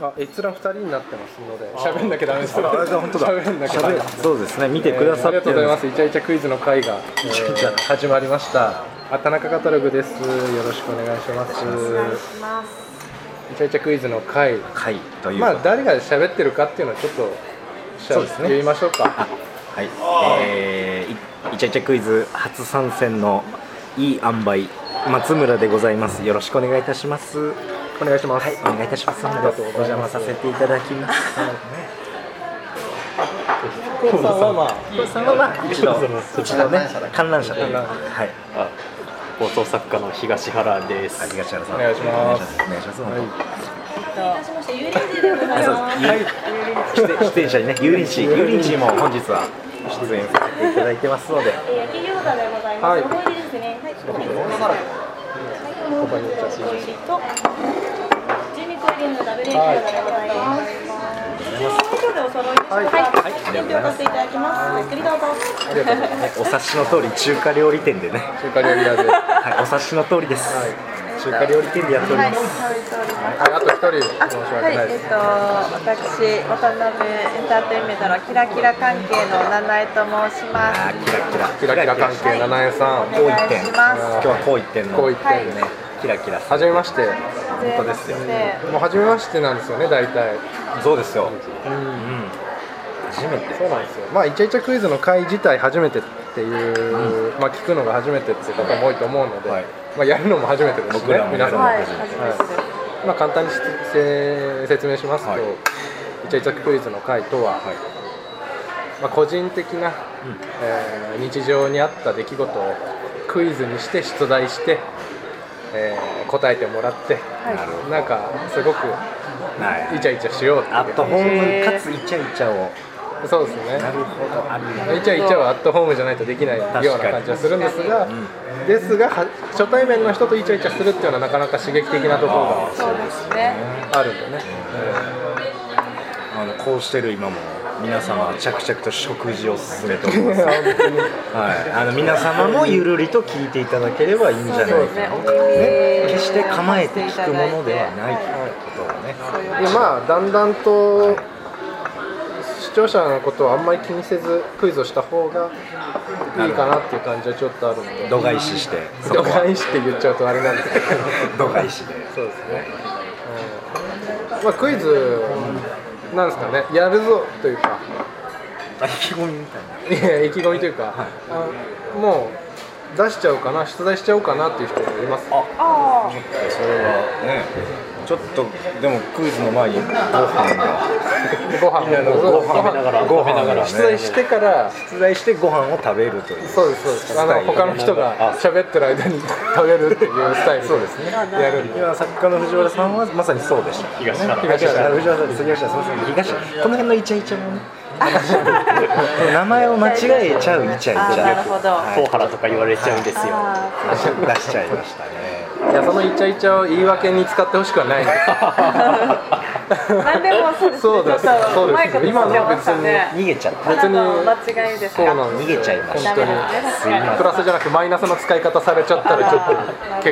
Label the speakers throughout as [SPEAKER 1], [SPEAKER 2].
[SPEAKER 1] あ閲覧2人になってますので喋んなきゃダメです
[SPEAKER 2] ああれだ本当だ
[SPEAKER 1] 喋んなきゃダメです
[SPEAKER 2] そうですね見てくださって
[SPEAKER 1] えーありがとうございますすイチャイチャクイズの会 が、えー始まりましたあ田中カタログですよろしくお願いします
[SPEAKER 3] します。
[SPEAKER 1] イチャイチャクイズの会
[SPEAKER 2] はいという
[SPEAKER 1] まあ
[SPEAKER 2] ことで
[SPEAKER 1] 誰が喋ってるかっていうのはちょっとしゃ
[SPEAKER 2] そうですね
[SPEAKER 1] 言いましょう か
[SPEAKER 2] はいえー、いイチャイチャクイズ初参戦のいい塩梅松村でございますよろしくお願いいたします
[SPEAKER 1] お願いします、
[SPEAKER 2] はいお願いいたします
[SPEAKER 1] ありがとうございます
[SPEAKER 2] お邪魔させていただきます
[SPEAKER 1] コウさんはまあ
[SPEAKER 2] こさんはまあ一度一度ね観覧車で
[SPEAKER 1] 観覧車
[SPEAKER 2] はい
[SPEAKER 4] あ放送作家の東原です。
[SPEAKER 2] 東原さん
[SPEAKER 1] お願いします
[SPEAKER 2] お願いしますお願いします
[SPEAKER 3] 失礼いたしました。幽霊児でございま。
[SPEAKER 2] はい出演出演者にね油淋鶏油淋鶏も本日は出演させていただいてますのです
[SPEAKER 3] えー焼き餃子でござい
[SPEAKER 1] はい
[SPEAKER 3] ます。思い出ですね。はい。はい。お入りと。十二個入りのダブル餃子でございます。こちらのお揃いでお揃いでしょうか。はい。はい。ごさせていただきます。ごゆっくりどうぞ。
[SPEAKER 1] ありがとうございます
[SPEAKER 2] お察しの通り中華料理店でね、
[SPEAKER 1] 中華料理屋で、は
[SPEAKER 2] はい、お察しの通りです、中華料理店でやっており
[SPEAKER 5] はい、
[SPEAKER 2] ます、
[SPEAKER 5] 食べております。
[SPEAKER 1] い、あと一人申し訳
[SPEAKER 5] あ、は
[SPEAKER 1] ない
[SPEAKER 5] い、え
[SPEAKER 1] で
[SPEAKER 5] っ
[SPEAKER 1] す、
[SPEAKER 5] と、私、渡辺エンターテインメントのキラキラ関係の七重と申します。
[SPEAKER 2] あーキラキラ
[SPEAKER 1] キラキラ関係七重さん
[SPEAKER 5] お願いしま
[SPEAKER 2] 今
[SPEAKER 5] す。
[SPEAKER 2] 日はこう一点の
[SPEAKER 1] こう一点で
[SPEAKER 2] ねキラキラ
[SPEAKER 1] はじめまして
[SPEAKER 5] 本
[SPEAKER 2] 当ですよ
[SPEAKER 1] もうはじめましてなんですよね大体
[SPEAKER 2] そうですよ、
[SPEAKER 1] うん
[SPEAKER 2] うん、初めて
[SPEAKER 1] そうなんですよまあイチャイチャクイズの会自体初めてっていう、まあ聞くのが初めてっていう方も多いと思うので、
[SPEAKER 2] はい
[SPEAKER 1] まあやるのも初めてですし
[SPEAKER 2] 僕
[SPEAKER 1] ね
[SPEAKER 2] らもや
[SPEAKER 1] 皆
[SPEAKER 2] る
[SPEAKER 1] さ
[SPEAKER 2] の
[SPEAKER 1] ん
[SPEAKER 2] も
[SPEAKER 1] も、
[SPEAKER 5] はい、
[SPEAKER 2] 初め
[SPEAKER 5] 初め
[SPEAKER 2] て
[SPEAKER 5] て
[SPEAKER 1] まあ簡単にせ説明しますと、
[SPEAKER 2] はい
[SPEAKER 1] イチャイチャクイズの会とは、
[SPEAKER 2] はい
[SPEAKER 1] まあ個人的な、
[SPEAKER 2] ん
[SPEAKER 1] えー日常にあった出来事をクイズにして出題して、えー答えてもらって、
[SPEAKER 5] はい
[SPEAKER 2] なるほど
[SPEAKER 1] なんかすごく
[SPEAKER 2] はい
[SPEAKER 1] イチャイチャしようっていう
[SPEAKER 2] アットホームかつイチャイチャを
[SPEAKER 1] そうですね
[SPEAKER 2] なるほどありがとう
[SPEAKER 1] イチャイチャはアットホームじゃないとできないような
[SPEAKER 2] 確かに
[SPEAKER 1] 感じはするんですが、ですがは初対面の人とイチャイチャするっていうのはなかなか刺激的なところ
[SPEAKER 5] そうですね。
[SPEAKER 1] があるんでね、
[SPEAKER 2] あのこうしてる今も皆様着々と食事を進めております、
[SPEAKER 1] 本当に
[SPEAKER 2] はい、あの皆様もゆるりと聞いていただければいいんじゃないかな
[SPEAKER 5] そうですねお
[SPEAKER 2] ね
[SPEAKER 5] 耳
[SPEAKER 2] 決して構えて聞くものではない
[SPEAKER 5] はい
[SPEAKER 2] ということをね、
[SPEAKER 5] そういう
[SPEAKER 1] でまあだんだんと視聴者のことをあんまり気にせずクイズをした方がいいかなっていう感じはちょっとあるので
[SPEAKER 2] 度外視してそ
[SPEAKER 1] 度
[SPEAKER 2] こは
[SPEAKER 1] 外視って言っちゃうとあれなんですけど
[SPEAKER 2] 度外視で
[SPEAKER 1] そうですね、うんまあ、クイズなんですかねやるぞというか
[SPEAKER 2] あ意気込みみたいない
[SPEAKER 1] や意気込みというか、あもう出しちゃおうかな出題しちゃおうかなっていう人もいます
[SPEAKER 5] あ
[SPEAKER 2] それはねちょっとでもクイズの前にご飯が
[SPEAKER 1] ご飯
[SPEAKER 2] やあの
[SPEAKER 1] そう
[SPEAKER 2] ご飯食べながら
[SPEAKER 1] ご飯
[SPEAKER 2] ご飯食べながらね
[SPEAKER 1] 出題してから
[SPEAKER 2] 出題してご飯を食べるという
[SPEAKER 1] そうですそうですあの
[SPEAKER 2] スタイルね
[SPEAKER 1] 他の人が喋ってる間 に食べるっていうスタイルそうですねやるんで
[SPEAKER 2] 今作家の藤原さんはまさにそうでした
[SPEAKER 4] 東原
[SPEAKER 2] 東原藤原さん杉原さんすみません東原この辺のイチャイチャもねこの名前を間違えちゃうイチャイチ
[SPEAKER 5] あ、あー、なる
[SPEAKER 2] ャ
[SPEAKER 5] ほど。あ
[SPEAKER 4] 東原とか言われちゃうんですよ。
[SPEAKER 5] あ
[SPEAKER 2] 出しちゃいましたね
[SPEAKER 1] いやそのイチャイチャを言い訳に使ってほしくは ないん
[SPEAKER 5] ー、なんでもそうですね。
[SPEAKER 1] そうです
[SPEAKER 5] ちょっと
[SPEAKER 1] そうです
[SPEAKER 5] うまいこと言ってましたね。
[SPEAKER 2] 逃げちゃった
[SPEAKER 1] 今の別に
[SPEAKER 5] 間違いです
[SPEAKER 1] そうなん
[SPEAKER 2] 逃げちゃいました
[SPEAKER 1] 本当に
[SPEAKER 5] ダメですね確かに
[SPEAKER 1] プラスじゃなくマイナスの使い方されちゃったらちょっ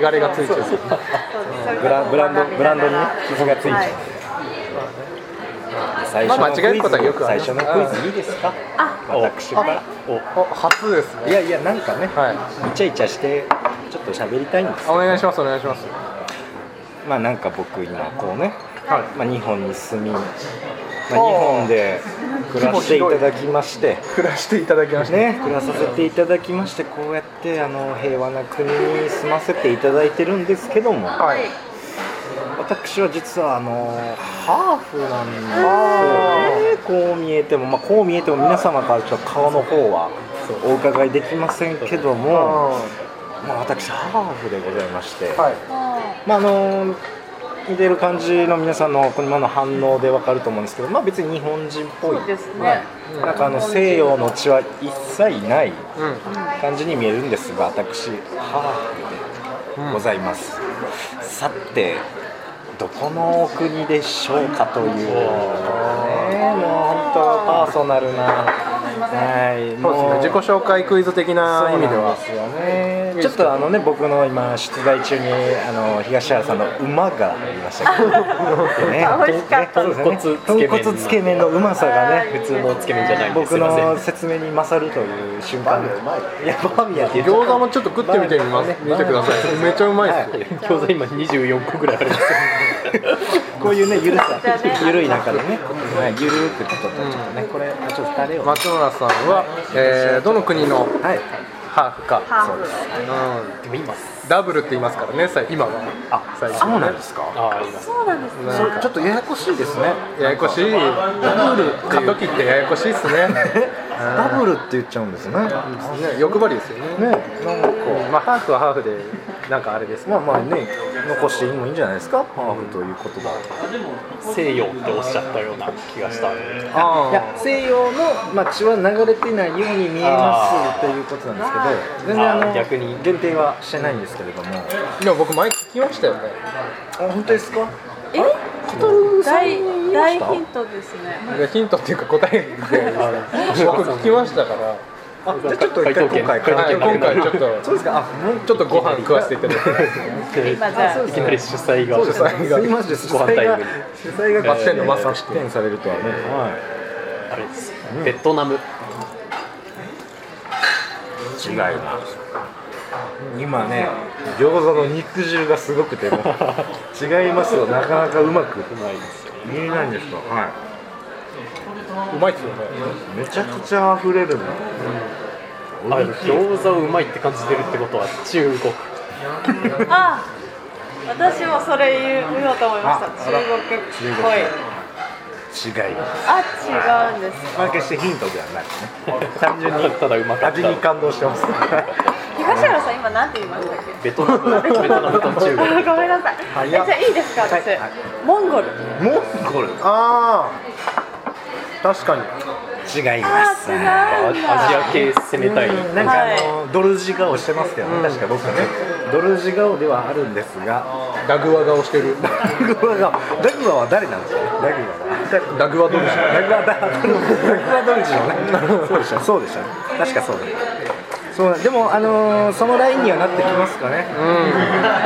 [SPEAKER 1] と汚れがついちゃう
[SPEAKER 2] ブラブランドブランドにね傷がついちゃう
[SPEAKER 5] はい
[SPEAKER 2] 最
[SPEAKER 1] まあ間違えることはよくあ
[SPEAKER 2] 最
[SPEAKER 1] ります
[SPEAKER 2] 初のクイズいいですか私から
[SPEAKER 1] お初です
[SPEAKER 2] い
[SPEAKER 1] ね
[SPEAKER 2] やいやなんかね
[SPEAKER 1] はい
[SPEAKER 2] イチャイチャしてちょっと喋りたいんです
[SPEAKER 1] お願いしますお願いします
[SPEAKER 2] まあなんか僕今こうね
[SPEAKER 1] はい
[SPEAKER 2] まあ日本に住みまあ日本で暮らしていただきまして
[SPEAKER 1] 暮らしていただきました
[SPEAKER 2] ね暮らさせていただきましてこうやってあの平和な国に住ませていただいてるんですけども
[SPEAKER 1] はい
[SPEAKER 2] 私は実はあのハーフなんです
[SPEAKER 1] あ
[SPEAKER 2] ねこう見えても、まあ、こう見えても皆様からちょっと顔の方はお伺いできませんけども、まあ、私ハーフでございまして、
[SPEAKER 1] はい
[SPEAKER 2] まああの見てる感じの皆さんのこの今の反応でわかると思うんですけど、まあ、別に日本人っぽい
[SPEAKER 5] そうですね
[SPEAKER 2] はいなんかあの西洋の血は一切ない
[SPEAKER 1] うん
[SPEAKER 2] 感じに見えるんですが私ハーフでございます、さてどこのお国でしょうかというねもう本当パーソナルなはい、
[SPEAKER 1] そうですね自己紹介クイズ的な意味では
[SPEAKER 2] そうなんですよねちょっとあのね僕の今出題中にあの東原さんの馬がありましたけど、 ね
[SPEAKER 5] あ美味しかった
[SPEAKER 2] ね
[SPEAKER 4] 豚骨つけ
[SPEAKER 2] 豚
[SPEAKER 4] 麺の
[SPEAKER 2] 骨つけ麺のうまさがね
[SPEAKER 5] 普
[SPEAKER 4] 普通のつけ麺じゃないんで
[SPEAKER 2] 僕
[SPEAKER 4] すすいません
[SPEAKER 2] の説明に勝るという瞬間でいやバーミヤンって言っちゃっ
[SPEAKER 1] 餃
[SPEAKER 2] た
[SPEAKER 1] 子もちょっと食ってみてみます
[SPEAKER 2] まあね
[SPEAKER 1] 見てくださいめっちゃうまいですよ
[SPEAKER 4] 餃子今24個ぐらいあります
[SPEAKER 2] こういうねゆる さ
[SPEAKER 5] じゃあね
[SPEAKER 2] ゆるい中でねはいゆるーくちょっとちょっとねこれちょっとタレをは
[SPEAKER 1] 松村さんは、えーどの国の
[SPEAKER 2] い
[SPEAKER 1] ハーフか、
[SPEAKER 5] ハーフ
[SPEAKER 1] う
[SPEAKER 4] でも今
[SPEAKER 1] ん、ダブルって言いますからねさ今は
[SPEAKER 2] あ
[SPEAKER 1] 最近
[SPEAKER 2] そうなんですか
[SPEAKER 4] ああいます
[SPEAKER 5] そうなんですね
[SPEAKER 1] そう
[SPEAKER 2] ちょっとややこしいですね
[SPEAKER 1] ややこしいダブル過渡期ってややこしいっすね
[SPEAKER 2] ダブルって言っちゃうんですねね
[SPEAKER 1] ね欲張りですよね
[SPEAKER 2] なんか
[SPEAKER 1] まあハーフはハーフでなんかあれですね
[SPEAKER 2] まあまあね、残してもいいんじゃないですか、ハーフという言葉。
[SPEAKER 4] 西洋っておっしゃったような気がしたんで
[SPEAKER 1] あ
[SPEAKER 2] いや、西洋の、まあ、血は流れてないように見えますということなんですけど、全然あ
[SPEAKER 4] あ
[SPEAKER 2] の
[SPEAKER 4] ー逆に
[SPEAKER 2] 限定はしてないんですけれども。あ、
[SPEAKER 1] でも僕前聞きましたよね
[SPEAKER 2] 本当ですか。
[SPEAKER 5] え
[SPEAKER 2] トル
[SPEAKER 5] 大大ヒントですね
[SPEAKER 1] いやヒントっていうか答えみたいな僕聞きましたから
[SPEAKER 2] あ、じゃあちょっと一回今回
[SPEAKER 4] 回答
[SPEAKER 1] はい
[SPEAKER 4] 権
[SPEAKER 1] 今回ちょっ
[SPEAKER 2] そう
[SPEAKER 1] と
[SPEAKER 2] ですか。あ、もう
[SPEAKER 1] ちょっとご飯食わせていただいて
[SPEAKER 5] 今じゃあ
[SPEAKER 2] そう
[SPEAKER 4] い
[SPEAKER 2] で
[SPEAKER 4] きなり主催が
[SPEAKER 1] そうです
[SPEAKER 2] すいません、主
[SPEAKER 4] ご飯
[SPEAKER 2] 催
[SPEAKER 4] タイ
[SPEAKER 2] が
[SPEAKER 4] ムに
[SPEAKER 2] 主催が
[SPEAKER 1] バッテンのマスクし
[SPEAKER 2] しててされるとはね。は
[SPEAKER 4] あれですベトナム
[SPEAKER 2] い。違います。今ね、餃子の肉汁がすごくてもう違いますよ。なかなかうまく
[SPEAKER 4] ないですよ
[SPEAKER 2] 見えないんですか。は
[SPEAKER 1] うまいっすよね
[SPEAKER 2] い。めちゃくちゃ溢れるの。
[SPEAKER 4] あでも餃子うまいって感じてるってことは中国
[SPEAKER 5] あ私もそれ言おうと思いました中国っぽい
[SPEAKER 2] 違います。
[SPEAKER 5] あ違うんです
[SPEAKER 2] まあ決してヒントではないね。単純に
[SPEAKER 4] ただうまかっ
[SPEAKER 2] 味に
[SPEAKER 4] た
[SPEAKER 2] 感動して ます。
[SPEAKER 5] 東原さん今なんて言いましたっ
[SPEAKER 4] ベ
[SPEAKER 5] け
[SPEAKER 4] トナムベトナムと中国
[SPEAKER 5] ごめんなさいえじゃあいいですか私、
[SPEAKER 2] はいはい
[SPEAKER 5] モンゴル
[SPEAKER 2] モンゴル。
[SPEAKER 1] ああ確かに
[SPEAKER 2] 違います。
[SPEAKER 5] あ
[SPEAKER 4] あアジア系攻めたい
[SPEAKER 2] なんかあの、ドルジ顔してますけどね、確か僕ね、ドルジ顔ではあるんですが、
[SPEAKER 1] ダグワ顔して る
[SPEAKER 2] ダグワが、ダグワは誰なんですかね、ダグ
[SPEAKER 1] ダグ
[SPEAKER 2] ワは。
[SPEAKER 1] ワドルシ
[SPEAKER 2] ダグワだ、ダグワドルジのね、そうでした、そうでした、確かそうだ。そうなんでも、あのーそのラインにはなってきますかね、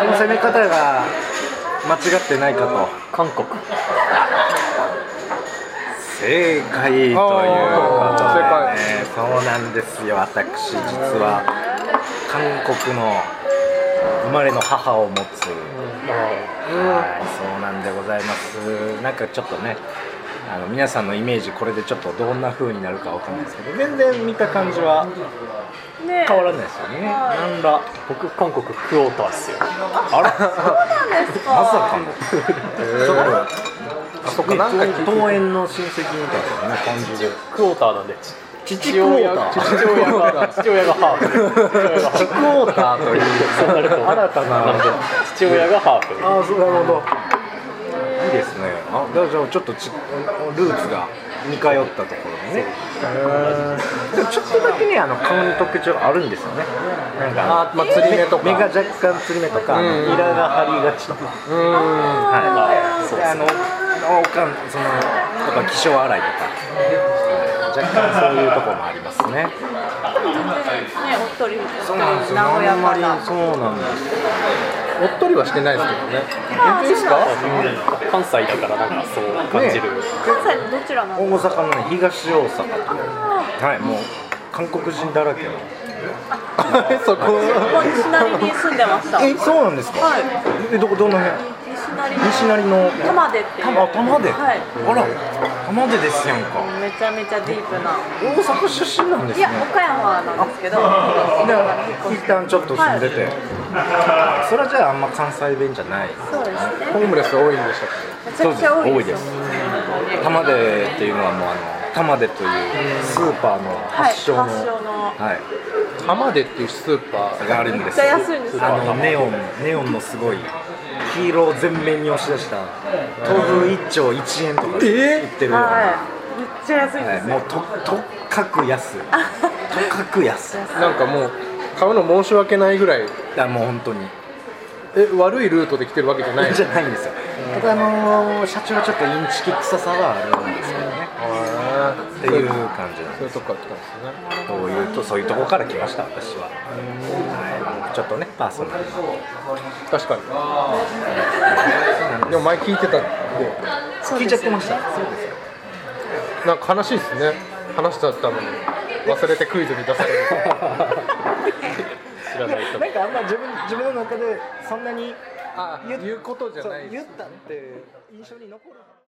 [SPEAKER 2] その攻め方が間違ってないかと。
[SPEAKER 4] 韓国
[SPEAKER 2] 正解ということで、ね、そうなんですよ私実は韓国の生まれの母を持つ、はいそうなんでございますなんかちょっとねあの皆さんのイメージこれでちょっとどんな風になるかわかんないですけど全然見た感じは
[SPEAKER 5] ーねえ
[SPEAKER 2] 変わらないですよねなんだ
[SPEAKER 4] 僕韓国クオーターっすよ
[SPEAKER 2] あら
[SPEAKER 5] そうなんで
[SPEAKER 2] まさ
[SPEAKER 5] すか
[SPEAKER 2] かの
[SPEAKER 1] あそっかなんか聞いて
[SPEAKER 2] 遠園の親戚みたいなね感じで
[SPEAKER 4] クオーターなんで
[SPEAKER 2] 父
[SPEAKER 4] 父親が父親が父親がハーフ父親がハー
[SPEAKER 2] チクォーターという
[SPEAKER 4] そうなると
[SPEAKER 2] 新たな
[SPEAKER 4] フ父親がハーフ
[SPEAKER 2] ああそうなるほどいいですねあじゃあじゃあちょっとちルーツが似通ったところでねでもちょっとだけねあの感覚上あるんですよねな
[SPEAKER 1] あ
[SPEAKER 2] んか
[SPEAKER 1] ーまあ釣り目とか
[SPEAKER 2] 目が若干釣り目とか
[SPEAKER 1] うん
[SPEAKER 2] イラが張りがちとか
[SPEAKER 1] うーん
[SPEAKER 2] はい
[SPEAKER 4] あそう
[SPEAKER 2] であのおかんそのやっぱ気性荒いとか若干そういうところもありますね
[SPEAKER 5] ねお一人お一人名古
[SPEAKER 2] あ
[SPEAKER 5] 屋
[SPEAKER 2] んま
[SPEAKER 5] か
[SPEAKER 2] り
[SPEAKER 5] ら
[SPEAKER 2] そうなんです
[SPEAKER 1] おっとりはしてないですけどね
[SPEAKER 5] 本当ですか
[SPEAKER 4] 関西だからなんかそう感じる、
[SPEAKER 5] 関西のどちらな
[SPEAKER 2] 大
[SPEAKER 5] んですか
[SPEAKER 2] 阪のね東大阪とはいもう韓国人だ らけの
[SPEAKER 1] そこ
[SPEAKER 5] ここ西成に住んでましたはい
[SPEAKER 2] えそうなんですか、えどこどの辺
[SPEAKER 5] 西
[SPEAKER 2] 西
[SPEAKER 5] 成
[SPEAKER 2] 成の
[SPEAKER 5] 玉でっていう
[SPEAKER 2] 玉玉で、
[SPEAKER 5] はい
[SPEAKER 2] あら玉でですやんか
[SPEAKER 5] めちゃめちゃディープな
[SPEAKER 2] 大阪出身なんです
[SPEAKER 5] い
[SPEAKER 2] ね
[SPEAKER 5] や岡山なんですけど
[SPEAKER 2] だから一旦ちょっと住んでて、それはじゃああんま関西弁じゃない
[SPEAKER 5] そうですね
[SPEAKER 1] ホームレス多いんでしたっ
[SPEAKER 5] めちゃくちゃ多いですよ
[SPEAKER 2] そう玉でっていうのはもうあの玉でというスーパーの発祥の、
[SPEAKER 5] はい発祥の
[SPEAKER 2] はい
[SPEAKER 1] け浜出っていうスーパー
[SPEAKER 2] があるん
[SPEAKER 5] め
[SPEAKER 2] で
[SPEAKER 5] っ
[SPEAKER 2] す
[SPEAKER 5] ちゃ安いんですよ
[SPEAKER 2] あのネオンネオンのすごい黄色を全面に押し出した豆腐一丁1円とかで売ってるような、
[SPEAKER 5] はいめっちゃ安いん
[SPEAKER 2] は
[SPEAKER 5] で
[SPEAKER 2] い
[SPEAKER 5] す
[SPEAKER 2] も
[SPEAKER 5] よ
[SPEAKER 2] うととっかく安いとっかく安い
[SPEAKER 1] なんかもう買うの申し訳ないぐらい
[SPEAKER 2] だもう本当に
[SPEAKER 1] え悪いルートで来てるわけじゃない
[SPEAKER 2] じゃないんですよただあのー社長はちょっとインチキ臭さはあるんですけどね
[SPEAKER 1] あ
[SPEAKER 2] っていう感じなん
[SPEAKER 1] そうい
[SPEAKER 2] で
[SPEAKER 1] う
[SPEAKER 2] す
[SPEAKER 1] とこから来たんですね
[SPEAKER 2] こういうとそういうとこから来ました私は、はいちょっとねパーソナルな
[SPEAKER 1] 確かにでも前聞いてたんで
[SPEAKER 2] 聞いちゃってましたそうですよ
[SPEAKER 1] なんか悲しいですね話しちゃったのに忘れてクイズに出される知らない人
[SPEAKER 2] なんかあんま自分自分の中でそんなに
[SPEAKER 1] あ言うことじゃ
[SPEAKER 2] そう
[SPEAKER 1] ないです
[SPEAKER 2] 言ったって印象に残る